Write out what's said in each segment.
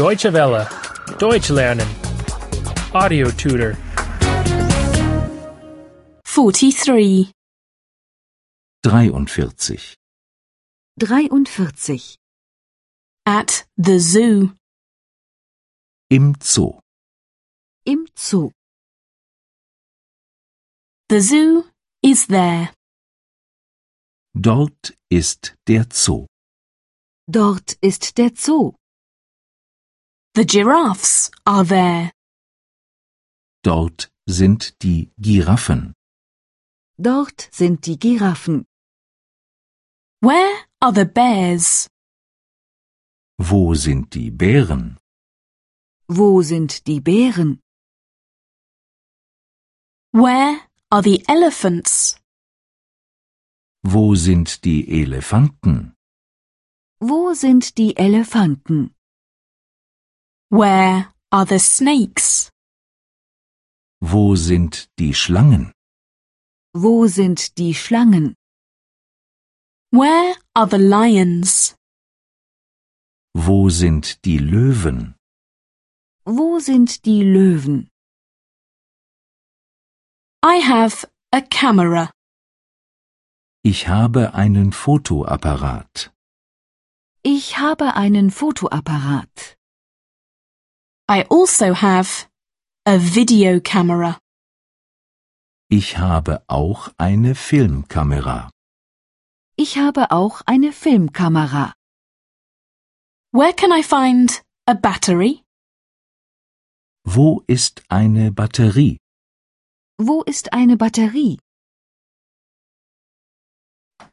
Deutsche Welle. Deutsch lernen. Audio tutor. 43. 43. 43. At the zoo. Im Zoo. Im Zoo. The zoo is there. Dort ist der Zoo. Dort ist der Zoo. The giraffes are there. Dort sind die Giraffen. Dort sind die Giraffen. Where are the bears? Wo sind die Bären? Wo sind die Bären? Where are the elephants? Wo sind die Elefanten? Wo sind die Elefanten? Where are the snakes? Wo sind die Schlangen? Wo sind die Schlangen? Where are the lions? Wo sind die Löwen? Wo sind die Löwen? I have a camera. Ich habe einen Fotoapparat. Ich habe einen Fotoapparat. I also have a video camera. Ich habe auch eine Filmkamera. Ich habe auch eine Filmkamera. Where can I find a battery? Wo ist eine Batterie? Wo ist eine Batterie?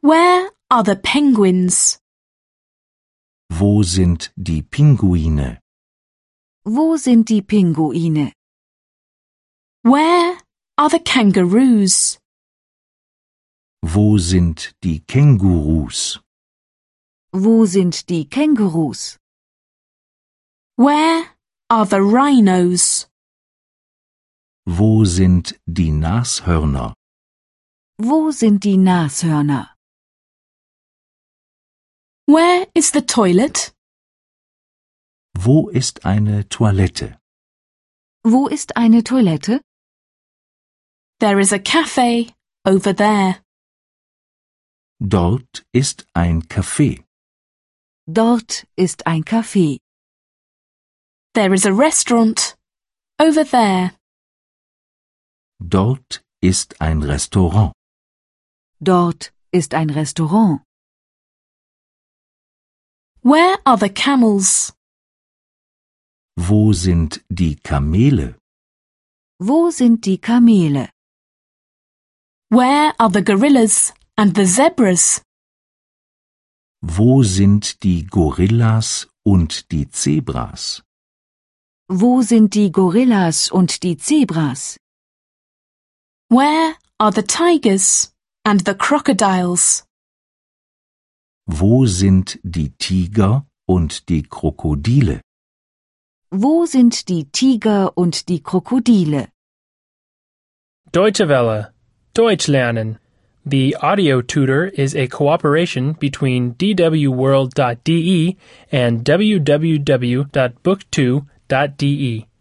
Where are the penguins? Wo sind die Pinguine? Wo sind die Pinguine? Where are the kangaroos? Wo sind die Kängurus? Wo sind die Kängurus? Where are the rhinos? Wo sind die Nashörner? Wo sind die Nashörner? Where is the toilet? Wo ist eine Toilette? Wo ist eine Toilette? There is a cafe over there. Dort ist ein Café. Dort ist ein Café. There is a restaurant over there. Dort ist ein Restaurant. Dort ist ein Restaurant. Where are the camels? Wo sind die Kamele? Wo sind die Kamele? Where are the gorillas and the zebras? Wo sind die Gorillas und die Zebras? Wo sind die Gorillas und die Zebras? Where are the tigers and the crocodiles? Wo sind die Tiger und die Krokodile? Wo sind die Tiger und die Krokodile? Deutsche Welle. Deutsch lernen. The audio tutor is a cooperation between E dwworld.de and www.book2.de.